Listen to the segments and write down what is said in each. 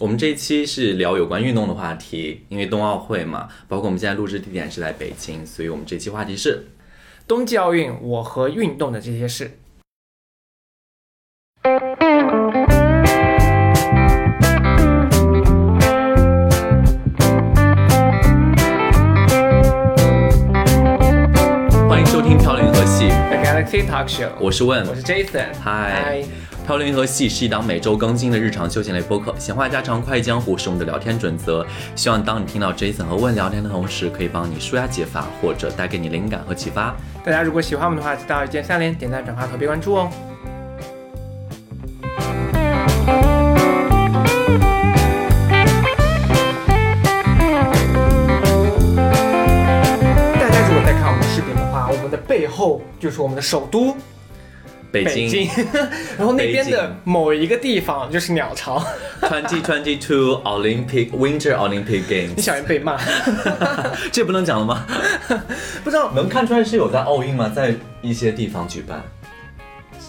我们这一期是聊有关运动的话题，因为冬奥会嘛，包括我们现在录制地点是在北京，所以我们这期话题是冬季奥运，我和运动的这些事。欢迎收听《漂流银河系》， The Galaxy Talk Show，我是问我，是 Jason，嗨嗨， 《漂流银河系》是一档每周更新的日常休闲类播客，闲话家常、快意江湖是我们的聊天准则。希望当你听到 Jason 和问聊天的同时，可以帮你舒压解乏，或者带给你灵感和启发。大家如果喜欢我们的话，记得一键三连、点赞、转发、投币、关注哦。大家如果在看我们的视频的话，我们的背后就是我们的首都北北京京， 然后那边北的京某一个地方就是鸟巢， 2022 Olympic Winter Olympic 你 Games，小心被骂。这不能讲了吗？不知道，能看出来是有在奥运吗？在一些地方举办，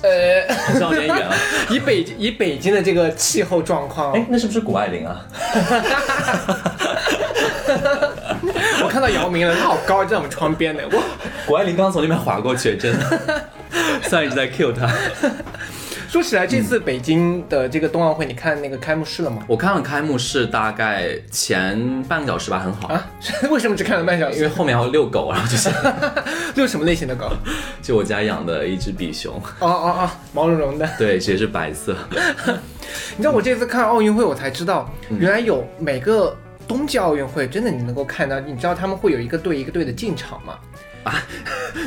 呃，好像有点远啊。以北 以北京的这个气候状 况，哎，那是不是谷爱凌啊？我看到姚明了，他好高，就在我们窗边呢。我谷爱凌刚从那边划过去，真的。 虽然一直在 cue 她。说起来，这次北京的这个冬奥会，你看那个开幕式了吗？我看了开幕式大概前半个小时吧，很好，啊， 为什么只看了半小因为时？后面还要遛狗，然后就是 这是什么类型的狗？哦就我家养的一只比熊，哦哦，毛茸茸的。对，也是白色。你知道我这次看奥运会，我才知道原来有每个冬季奥运会，真的你能够看到，你知道他们会有一个队一个队的进场吗？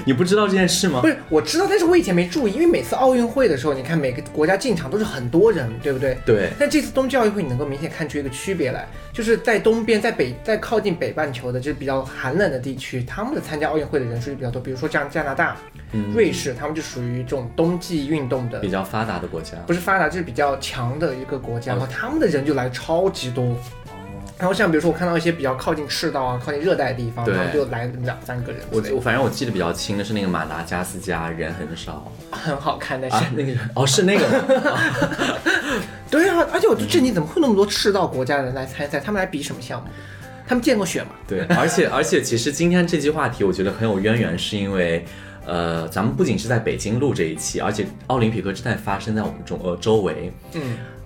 你不知道这件事吗不？是，我知道，但是我以前没注意，因为每次奥运会的时候，你看每个国家进场都是很多人，对不对？对，但这次冬季奥运会，你能够明显看出一个区别来，就是在东边，在北，在靠近北半球的，就是比较寒冷的地区，他们的参加奥运会的人数就比较多。比如说像加拿大、嗯瑞士，他们就属于这种冬季运动的比，较发达的国家。不是发达，就是比较强的一个国家，然后哦他们的人就来超级多。然后像比如说我看到一些比较靠近赤道啊、靠近热带的地方，对他们就来两三个人，我所以我反正我记得比较清的是那个马达加斯加，人很少很好看。但是，啊，那个人哦是那个吗对啊，而且我嗯就震惊，怎么会那么多赤道国家的人来参赛？他们来比什么项目？他们见过雪吗？对，而且而且其实今天这期话题我觉得很有渊源，是因为。呃，咱们不仅是在北京录这一期，而且奥林匹克正在发生在我们中呃周围，嗯。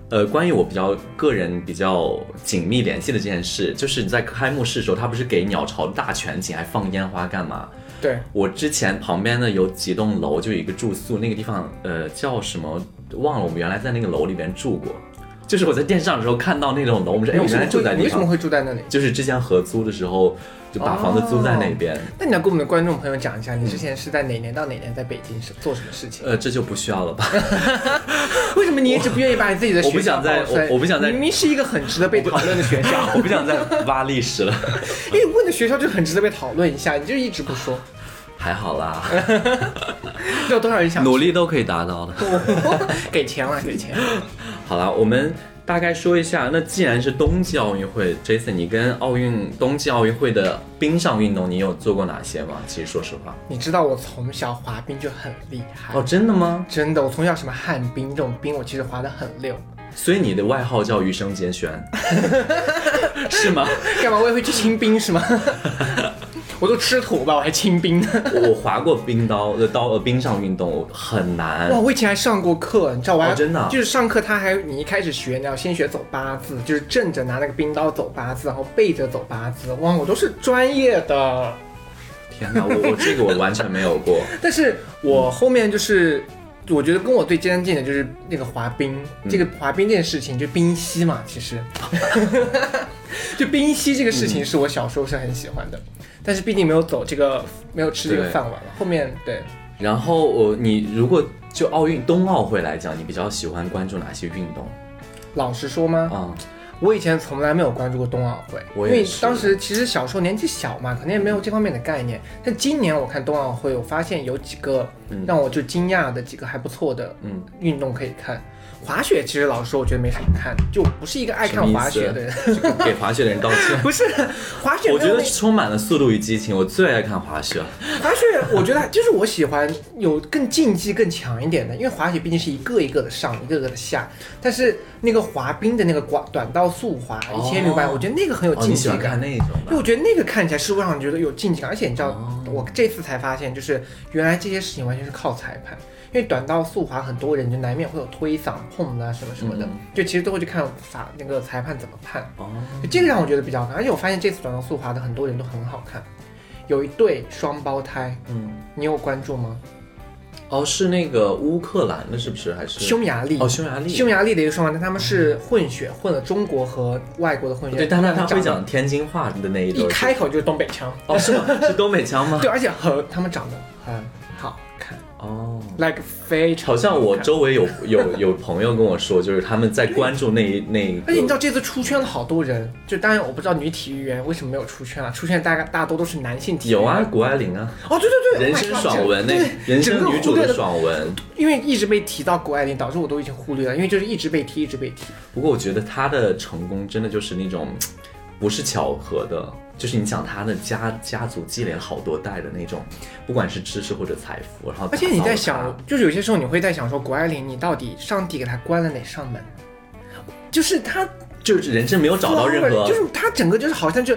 呃，关于我比较个人比较紧密联系的这件事，就是你在开幕式的时候，他不是给鸟巢大全景，还放烟花干嘛？对，我之前旁边呢有几栋楼，就有一个住宿，那个地方呃叫什么忘了，我们原来在那个楼里边住过。就是我在电视上的时候看到那种楼，我们说哎，你我们为什原么来住会在那你地为什么方。会住在那里？就是之前合租的时候，就把房子租在那边。那你要跟我们的观众朋友讲一下，你之前是在哪年到哪年在北京是做什么事情？呃，这就不需要了吧？ 为什么你也只不愿意把你自己的我不学校想再爆出来我我不想再明明是一个很值得被讨论的学校，我不想再挖历史了， 因为问的学校就很值得被讨论一下，你就一直不 说， 还好啦，有多少人想努力都可以达 到的。 给钱了？给 钱。好了，我们大概说一下。那既然是冬季奥运会，Jason，你跟奥运冬季奥运会的冰上运动，你有做过哪些吗？其实说实话，你知道我从小滑冰就很厉害。哦，真的吗？真的，我从小什么旱冰这种冰，我其实滑得很溜。所以你的外号叫余生节选， 是吗？干嘛我也会去清冰是吗？ 我都吃土吧，我还清冰呢。 我滑过冰刀的刀呃冰上运动很难哇，，我以前还上过课，你知道我还、哦真的啊就是上课他还你一开始学你要先学走八字，就是正着拿那个冰刀走八字，然后背着走八字。哇，我都是专业的，天哪，我我这个我完全没有过。但是我后面就是。我觉得跟我最接近的就是那个滑冰，嗯这个滑冰这件事情，就冰嬉嘛，其实， 就冰嬉这个事情是我小时候是很喜欢的，但是毕竟没有走这个，没有吃这个对饭碗了。后面对，然后我你如果就奥运冬奥会来讲，你比较喜欢关注哪些运动老实说吗？啊、我以前从来没有关注过冬奥会，我因也为是当时其实小时候年纪小嘛，可能也没有这方面的概念。但今年我看冬奥会，我发现有几个嗯让我就惊讶的几个还不错的嗯运动可以看。滑雪其实老实说，我觉得没什么看，就不是一个爱看滑雪 的人。。这个给滑雪的人道歉 不是滑雪，我觉得充满了速度与激情，我最爱看滑雪了。滑雪，我觉得就是我喜欢有更竞技更强一点的，因为滑雪毕竟是一个一个的上，一个个的下。但是那个滑冰的那个短短道速滑，哦一千米板，我觉得那个很有哦，竞你喜技欢感看。那种因为的？我觉得那个看起来是会让人觉得有竞技感，而且你知道，哦我这次才发现，就是原来这些事情完全是靠裁判。因为短道速滑，很多人就难免会有推搡、碰的啊什么什么的，嗯就其实都会去看法那个裁判怎么判。哦，就这个让我觉得比较好看，而且我发现这次短道速滑的很多人都很好看，有一对双胞胎，嗯，你有关注吗？哦，是那个乌克兰的，是不是？还是匈牙利，哦，匈牙利。匈牙利的一个双胞胎，他们是混血，混了中国和外国的混血，对，但他他们长会得讲天津话的那一一种。开口就是东北腔，哦，是 吗？是东北腔吗？对，而且很他们长得很好看哦。 ，like 非常好像我看周围有有有朋友跟我说，就是他们在关注那一那一个而且你知道这次出圈了好多人，就当然我不知道女体育员为什么没有出圈啊，出圈大概大多都是男性体育员有啊，，谷爱凌啊，哦对对对，人 Oh my 生 God，爽文那对人整生个女主忽略的了爽文。因为一直被提到谷爱凌，导致我都已经忽略了，因为就是一直被提，一直被提。不过我觉得她的成功真的就是那种不是巧合的，就是你想她的家家族积累了好多代的那种，不管是知识或者财富，然后而且你在打造了想，就是有些时候你会在想说，谷爱凌，你到底上帝给她关了哪扇门？就是她她，就是人生没有找到任何，啊就是她整个就是好像就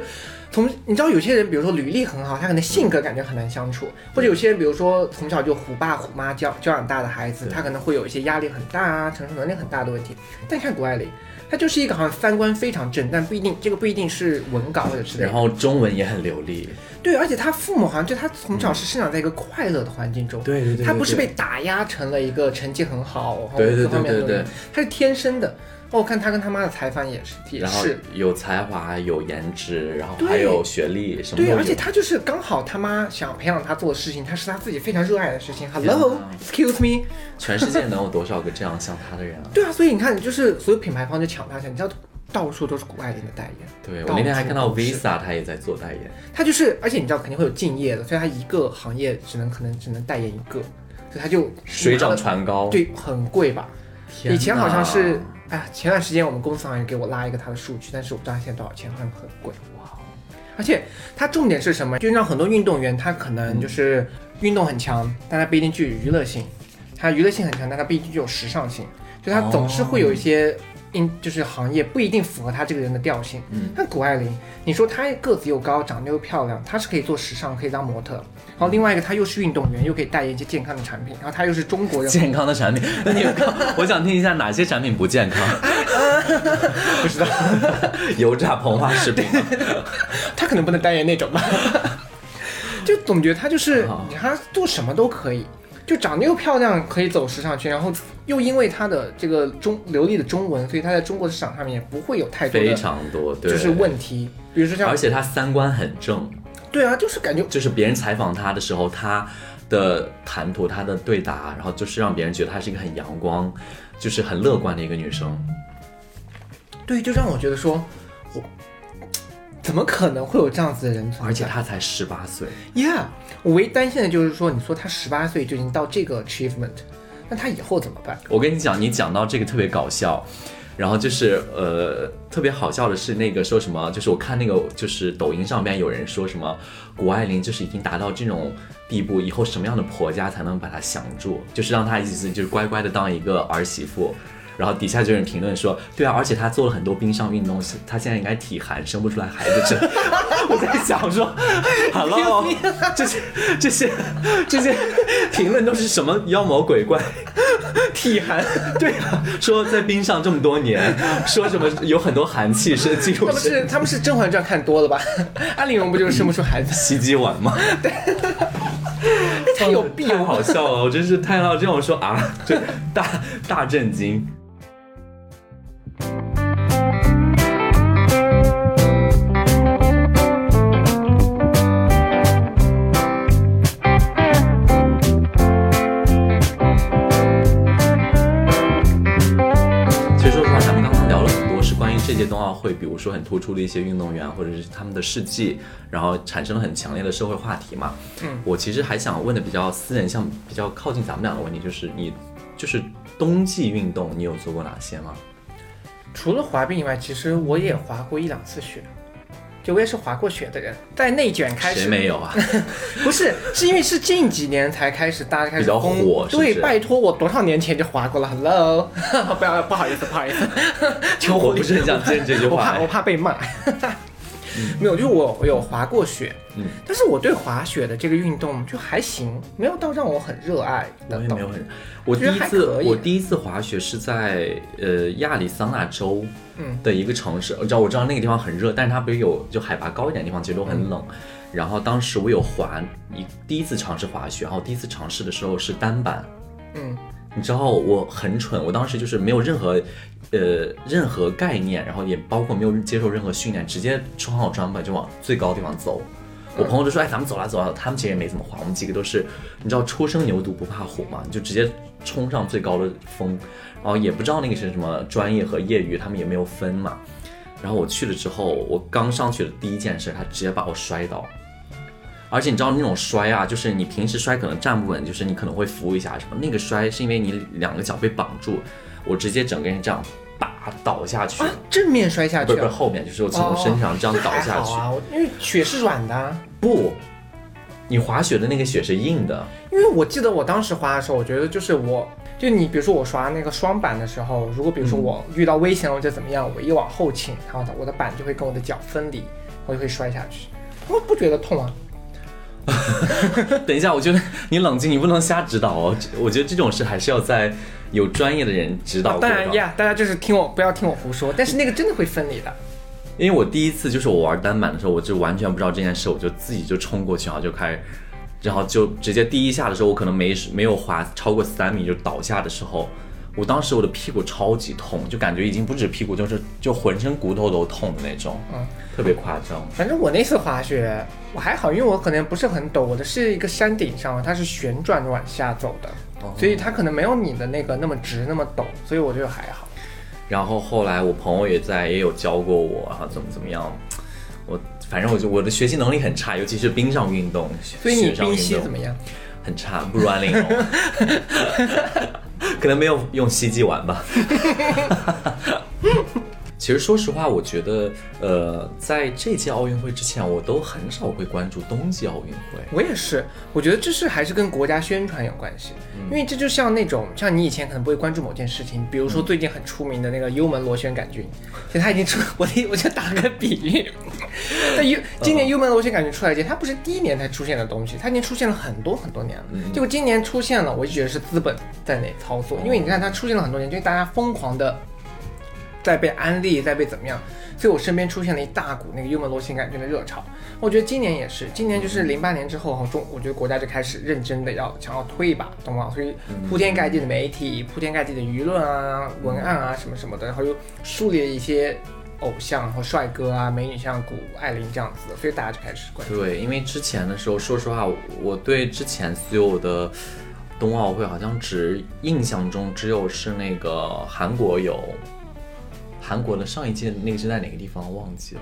从你知道有些人，比如说履历很好，他可能性格感觉很难相处，或者有些人，比如说从小就虎爸虎妈教教养大的孩子，对他可能会有一些压力很大啊，承受能力很大的问题。但你看谷爱凌，她就是一个好像三观非常正，但不一定这个不一定是文稿或者之类的然。后中文也很流利，对，而且他父母好像就他从小是生长在一个快乐的环境中，对对对对他不是被打压成了一个成绩很好，然后对对各方面对对都对有他是天生的。哦，我看他跟他妈的采访也是，也然后是，有才华、有颜值，然后对还有学历什么都对，有。而且他就是刚好他妈想培养他做的事情，他是他自己非常热爱的事情。哪 Hello，excuse me。全世界能有多少个这样像她的人啊？对啊，所以你看，就是所有品牌方就抢他去，你知道到处都是谷爱凌的代言。 对到我那天还处看到都是 Visa，她也在做代言。他就是，而且你知道肯定会有敬业的，所以他一个行业只能可能只能代言一个，所以他就水拿涨了船高。对，很贵吧？天以前好像是哪，哎，前段时间我们公司好像给我拉一个他的数据，但是我不知道他现在多少钱，好像很贵。哦而且他重点是什么？就让很多运动员他可嗯能就是运动很强，但他不一定具有娱乐性；他娱乐性很强，但他不一定具有时尚性。就他总是哦会有一些因，就是行业不一定符合他这个人的调性。嗯，但谷爱凌，你说她个子又高，长得又漂亮，她是可以做时尚，可以当模特。然后另外一个，她又是运动员，又可以代言一些健康的产品，然后她又是中国人，健康的产品，那你有看？我想听一下哪些产品不健康？ 不知道。油炸膨化食品啊吗，他可能不能代言那种吧， 就总觉得他就是好他做什么都可以，就长得又漂亮，可以走时尚圈，然后又因为他的这个中流利的中文，所以他在中国市场上面也不会有太多非的常多，对，就是问题，比如说像而且他三观很正，对啊，就是感觉就是别人采访他的时候，他的谈吐、他的对答，然后就是让别人觉得她是一个很阳光，就是很乐观的一个女生。对，就让我觉得说我。怎么可能会有这样子的人存在？而且她才十八岁， ，Yeah，我唯一担心的就是说，你说他十八岁就已经到这个 achievement，那他以后怎么办？我跟你讲，你讲到这个特别搞笑，然后就是呃，特别好笑的是那个说什么，就是我看那个就是抖音上边有人说什么，谷爱凌就是已经达到这种地步，以后什么样的婆家才能把她降住？就是让她一直就是乖乖的当一个儿媳妇。然后底下就有人评论说，对啊，而且她做了很多冰上运动，她现在应该体寒，生不出来孩子之类的。我在想说，Hello，这 啊些 这些这些评论都是什么妖魔鬼怪？体寒，对啊，说在冰上这么多年，说什么有很多寒气是进入他们身 是他们是《甄嬛传》看多了吧？ 安陵容不就是生不出孩子 袭击碗吗？他有病啊太好笑了！我真是看到这种说啊，就大大震惊。其实说实话，咱们刚刚聊了很多是关于这届冬奥会，比如说很突出的一些运动员或者是他们的事迹，然后产生了很强烈的社会话题嘛。嗯我其实还想问的比较私人，像比较靠近咱们俩的问题，就是你就是冬季运动你有做过哪些吗？除了滑冰以外，其实我也滑过一两次雪，就我也是滑过雪的人。在内卷开谁始，没 有啊？不是，是因为是近几年才开始大家开比始较公火是不对，是拜托，我多少年前就滑过了，Hello，不 要不好意思，不好意 思，求我婚不是很想接这句我话怕我哎。怕被骂。 没有，就是我有滑过雪，嗯但是我对滑雪的这个运动就还行，没有到让我很热爱我的也到没有很，我第觉得一还次可以我第一次滑雪是在呃亚利桑那州嗯的一个城市，我知道我知道那个地方很热，但是它不是有就海拔高一点的地方其实都嗯很冷。然后当时我有滑一第一次尝试滑雪，然后第一次尝试的时候是单板，嗯你知道我很蠢，我当时就是没有任何，呃，任何概念，然后也包括没有接受任何训练，直接穿好装备就往最高的地方走。我朋友就说：“哎，咱们走啦走啦。”他们其实也没怎么滑，我们几个都是，你知道初生牛犊不怕虎嘛，你就直接冲上最高的峰，然后也不知道那个是什么专业和业余，他们也没有分嘛。然后我去了之后，我刚上去的第一件事，他直接把我摔倒。而且你知道那种摔啊，就是你平时摔可能站不稳，就是你可能会扶一下什么。那个摔是因为你两个脚被绑住，我直接整个人这样叭倒下去，啊，正面摔下不去是不是啊，后面，就是我从我身上这样倒还下好去。啊，我因为雪是软的啊。不，你滑雪的那个雪是硬的，因为我记得我当时滑的时候，我觉得就是我，就你比如说我刷那个双板的时候，如果比如说嗯我遇到危险或者怎么样，我一往后倾，然后我的板就会跟我的脚分离，我就会摔下去，我不觉得痛啊。 等一下，我觉得你冷静，你不能瞎指导哦。这我觉得这种事还是要在有专业的人指导啊过的。当然呀，大家就是听我不要听我胡说，但是那个真的会分离的。因为我第一次就是我玩单板的时候，我就完全不知道这件事，我就自己就冲过去，然后就开始，然后就直接第一下的时候，我可能没没有滑超过三米就倒下的时候，我当时我的屁股超级痛，就感觉已经不止屁股，就是就浑身骨头都痛的那种，嗯特别夸张。反正我那次滑雪我还好，因为我可能不是很陡，我的是一个山顶上，它是旋转往下走的，哦所以它可能没有你的那个那么直那么陡，所以我觉得还好。然后后来我朋友也在也有教过我，然后怎么怎么样，我反正我就我的学习能力很差，尤其是冰上运动，所以你雪上冰运溪动怎么样？很差，不如安陵容， 可能没有用吸剂丸吧。 其实说实话，我觉得，呃，在这届奥运会之前，我都很少会关注冬季奥运会。我也是，我觉得这是还是跟国家宣传有关系，因为这就像那种像你以前可能不会关注某件事情，比如说最近很出名的那个幽门螺旋杆菌，其实它已经出，我的我就打个比喻， 那幽今年幽门螺旋杆菌出来前，它不是第一年才出现的东西，它已经出现了很多很多年了，结果今年出现了，我就觉得是资本在那操作，因为你看它出现了很多年，就是大家疯狂的在被安利，在被怎么样，所以我身边出现了一大股那个幽门螺旋杆菌的热潮。我觉得今年也是，今年嗯就是零八年之后，中我觉得国家就开始认真的要想要推一把，懂吗？所以铺天盖地的媒体、铺天盖地的舆论啊、文案啊什么什么的，然后又树立了一些偶像和帅哥啊、美女像谷爱凌这样子的，所以大家就开始关注。对，因为之前的时候，说实话，我对之前所有的冬奥会好像只印象中只有是那个韩国有，韩国的上一届那个是在哪个地方忘记了，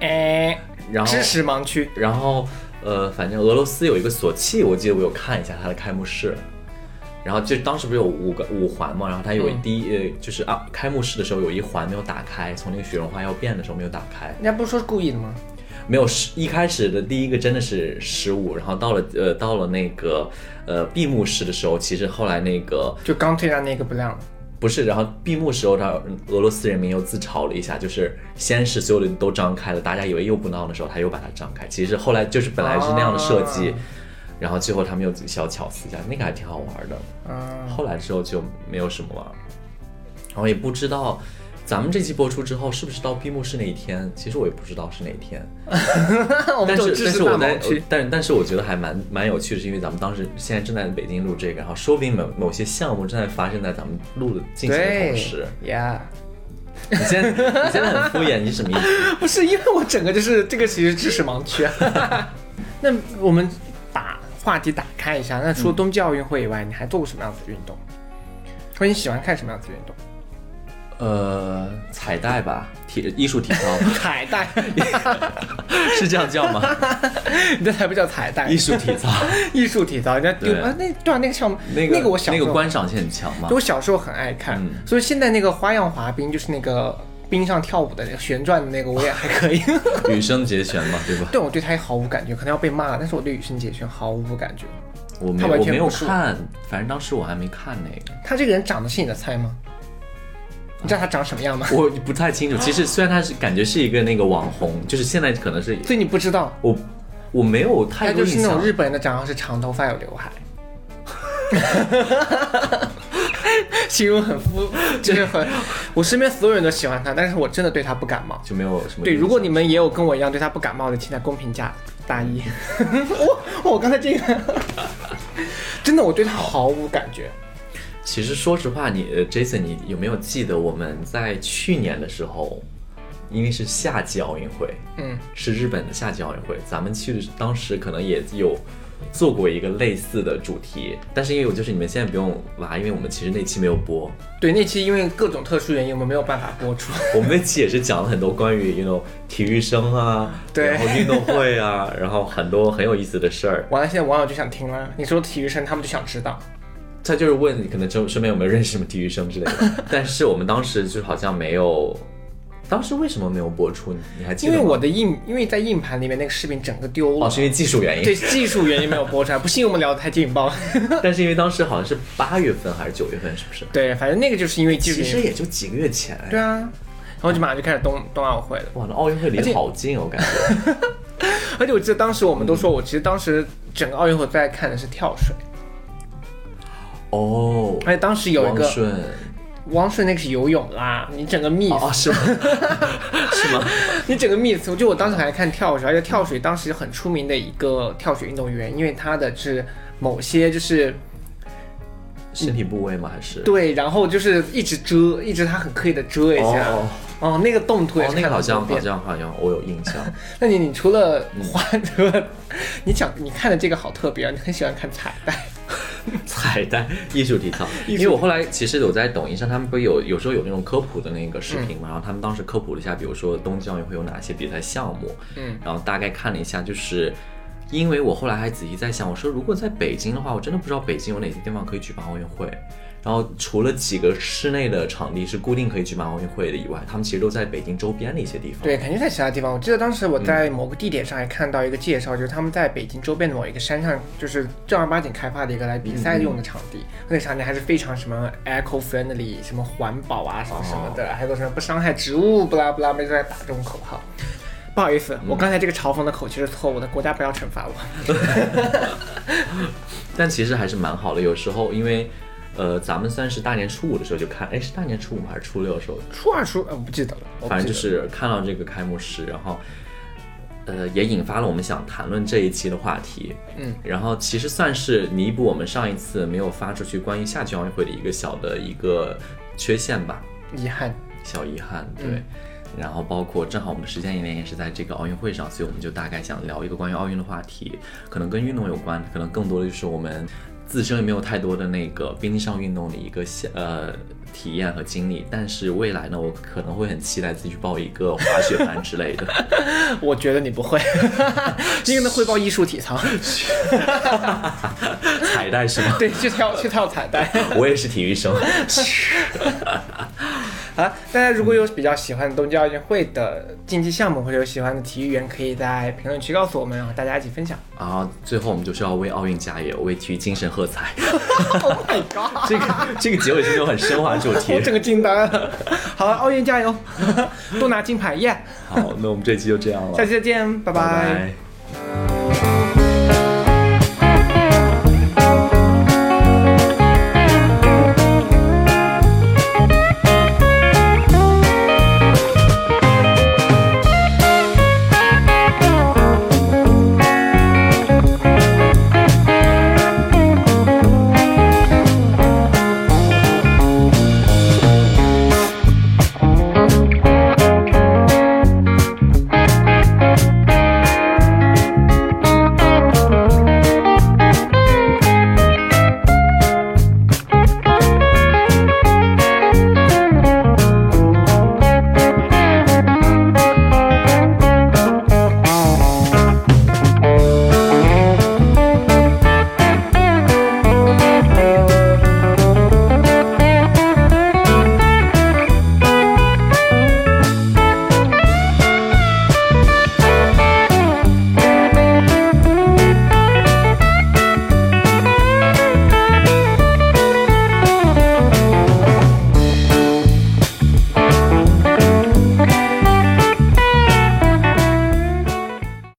哎，然后知识盲区，然后呃，反正俄罗斯有一个索契，我记得我有看一下它的开幕式。然后就当时不是有五个五环嘛，然后它有一第一、呃，就是啊，开幕式的时候有一环没有打开，从那个雪绒花要变的时候没有打开，人家不是说是故意的吗？呃没有十一开始的第一个真的是十五，然后到了呃到了那个呃闭幕式的时候，其实后来那个就刚推上那个不亮了。不是，然后闭幕时候，他俄罗斯人民又自嘲了一下，就是先是所有的都张开了，大家以为又不闹的时候，他又把它张开。其实后来就是本来是那样的设计，啊然后最后他们又小巧思一下，那个还挺好玩的。嗯，后来之后就没有什么玩儿，然后也不知道咱们这期播出之后是不是到闭幕式那一天，其实我也不知道是哪一天。我们但这种是但知识是大 我在盲区。但但是我觉得还蛮蛮有趣的，是因为咱们当时现在正在北京录这个，然后说不定某某些项目正在发生在咱们录的进行的对同时。 ，Yeah。你现在你现在很敷衍，你什么意思？ 不是，因为我整个就是这个其实知识盲区、啊。 那我们把话题打开一下，那除了冬季奥运会以外，你还做过什么样子的运动？或者你喜欢看什么样子的运动？呃，彩带吧，体艺术体操彩 带， 是这样叫吗？ 你这才不叫彩带艺，术体操，艺术体操，人家丢对啊，那对啊，那个项目，那那个个我小那时个候观赏性很强嘛就。我小时候很爱看，嗯所以现在那个花样滑冰就是那个冰上跳舞的那个旋转的那个，我也还 可以。羽生结弦嘛，对吧？对，我对他也毫无感觉，可能要被骂，但是我对羽生结弦毫无感觉。我没他有完我全没有不是看，反正当时我还没看那个，他这个人长得是你的菜吗？你知道他长什么 样吗？我不太清楚。其实虽然他是感觉是一个那个网红，就是现在可能是所以你不知道，我我没有他太多就印是那象种。日本人的长相是长头发有刘海。 形容很肤，就是很，我身边所有人都喜欢他，但是我真的对他不感冒。就没有什么对，印象如果你们也有跟我一样对他不感冒的，请在公屏下打一。 我我刚才这个， 真的我对他毫无感觉。其实说实话，你呃，Jason，你有没有记得我们在去年的时候，因为是夏季奥运会，嗯，是日本的夏季奥运会，咱们去的当时可能也有做过一个类似的主题，但是因为我就是你们现在不用挖，因为我们其实那期没有播，对，那期因为各种特殊原因，我们没有办法播出。 我们那期也是讲了很多关于 you know 体育生啊，对然后运动会啊，然后很多很有意思的事儿。完了，现在网友就想听了，你说体育生，他们就想知道。他就是问你可能周身边有没有认识什么体育生之类的， 但是我们当时就是好像没有，当时为什么没有播出呢？你还记因得吗？为我的硬，因为在硬盘里面那个视频整个丢了。哦是因为技术原因对，技术原因没有播 出来，不信我们聊的太劲爆。但是因为当时好像是八月份还是九月份，是不是？对，反正那个就是因为技术其原实因。也就几个月前哎对啊，然后就马上就开始冬冬奥会了。哇，那奥运会离得好近哦，我感觉。而且我记得当时我们都说，我其实当时整个奥运会最爱看的是跳水，哦，而且当时有一王个顺，王顺那个是游泳啦，你整个 miss，、哦，是吗？ 是吗？你整个 miss，就我当时还看跳水，而且跳水当时很出名的一个跳水运动员，因为他的是某些就是身体部位吗？还是？对，然后就是一直遮，一直他很刻意的遮一下，哦哦那个动作也哦是，那看个好了像嗯好很多遍。像好像我有印象。那你你除了花和、你讲你看的这个好特别啊，你很喜欢看彩带，哦彩蛋 艺术体操，艺术因为我后来其实有在抖音上，他们不是有有时候有那种科普的那个视嗯频嘛，然后他们当时科普了一下，比如说东京奥运啊会有哪些比赛项目，嗯，然后大概看了一下，就是因为我后来还仔细在想，我说如果在北京的话，我真的不知道北京有哪些地方可以举办奥运会。然后除了几个室内的场地是固定可以举办奥运会的以外，他们其实都在北京周边的一些地方。对，肯定在其他地方。我记得当时我在某个地点上还看到一个介绍，就是他们在北京周边的某一个山上，就是正儿八经开发的一个来比赛嗯用的场地。那个场地还是非常什么 eco friendly，什么环保啊，什么什么哦的，还有什么不伤害植物，不啦不啦，没事在打这种口号。不好意思，嗯我刚才这个嘲讽的口气是错误的，国家不要惩罚我。但其实还是蛮好的。有时候因为，呃，咱们算是大年初五的时候就看，哎，是大年初五还是初六的时候初二初，呃，我不记得了，我不反正就记得了是看到这个开幕式，然后，呃，也引发了我们想谈论这一期的话题。嗯，然后其实算是弥补我们上一次没有发出去关于夏季奥运会的一个小的一个缺陷吧，遗憾。小遗憾。对。然后包括正好我们的时间也也是在这个奥运会上，所以我们就大概想聊一个关于奥运的话题，可能跟运动有关，可能更多的就是我们自身也没有太多的那个冰上运动的一个现呃体验和经历。但是未来呢，我可能会很期待自己去报一个滑雪班之类 的。我觉得你不 会，因为那汇报艺术体操，彩带是吗？ 对，去跳去跳彩带。我也是体育生。 好了，大家如果有比较喜欢东京奥运会的竞技项目，或者有喜欢的体育员，可以在评论区告诉我们，然后大家一起分享。然后最后我们就是要为奥运加油，为体育精神喝 彩。 Oh my god！这个这个结尾是没有很升华主题 我。哦整个惊呆了。 好了，奥 运加油，多拿金牌耶好，那我们这期就这样了，下期再见，拜拜拜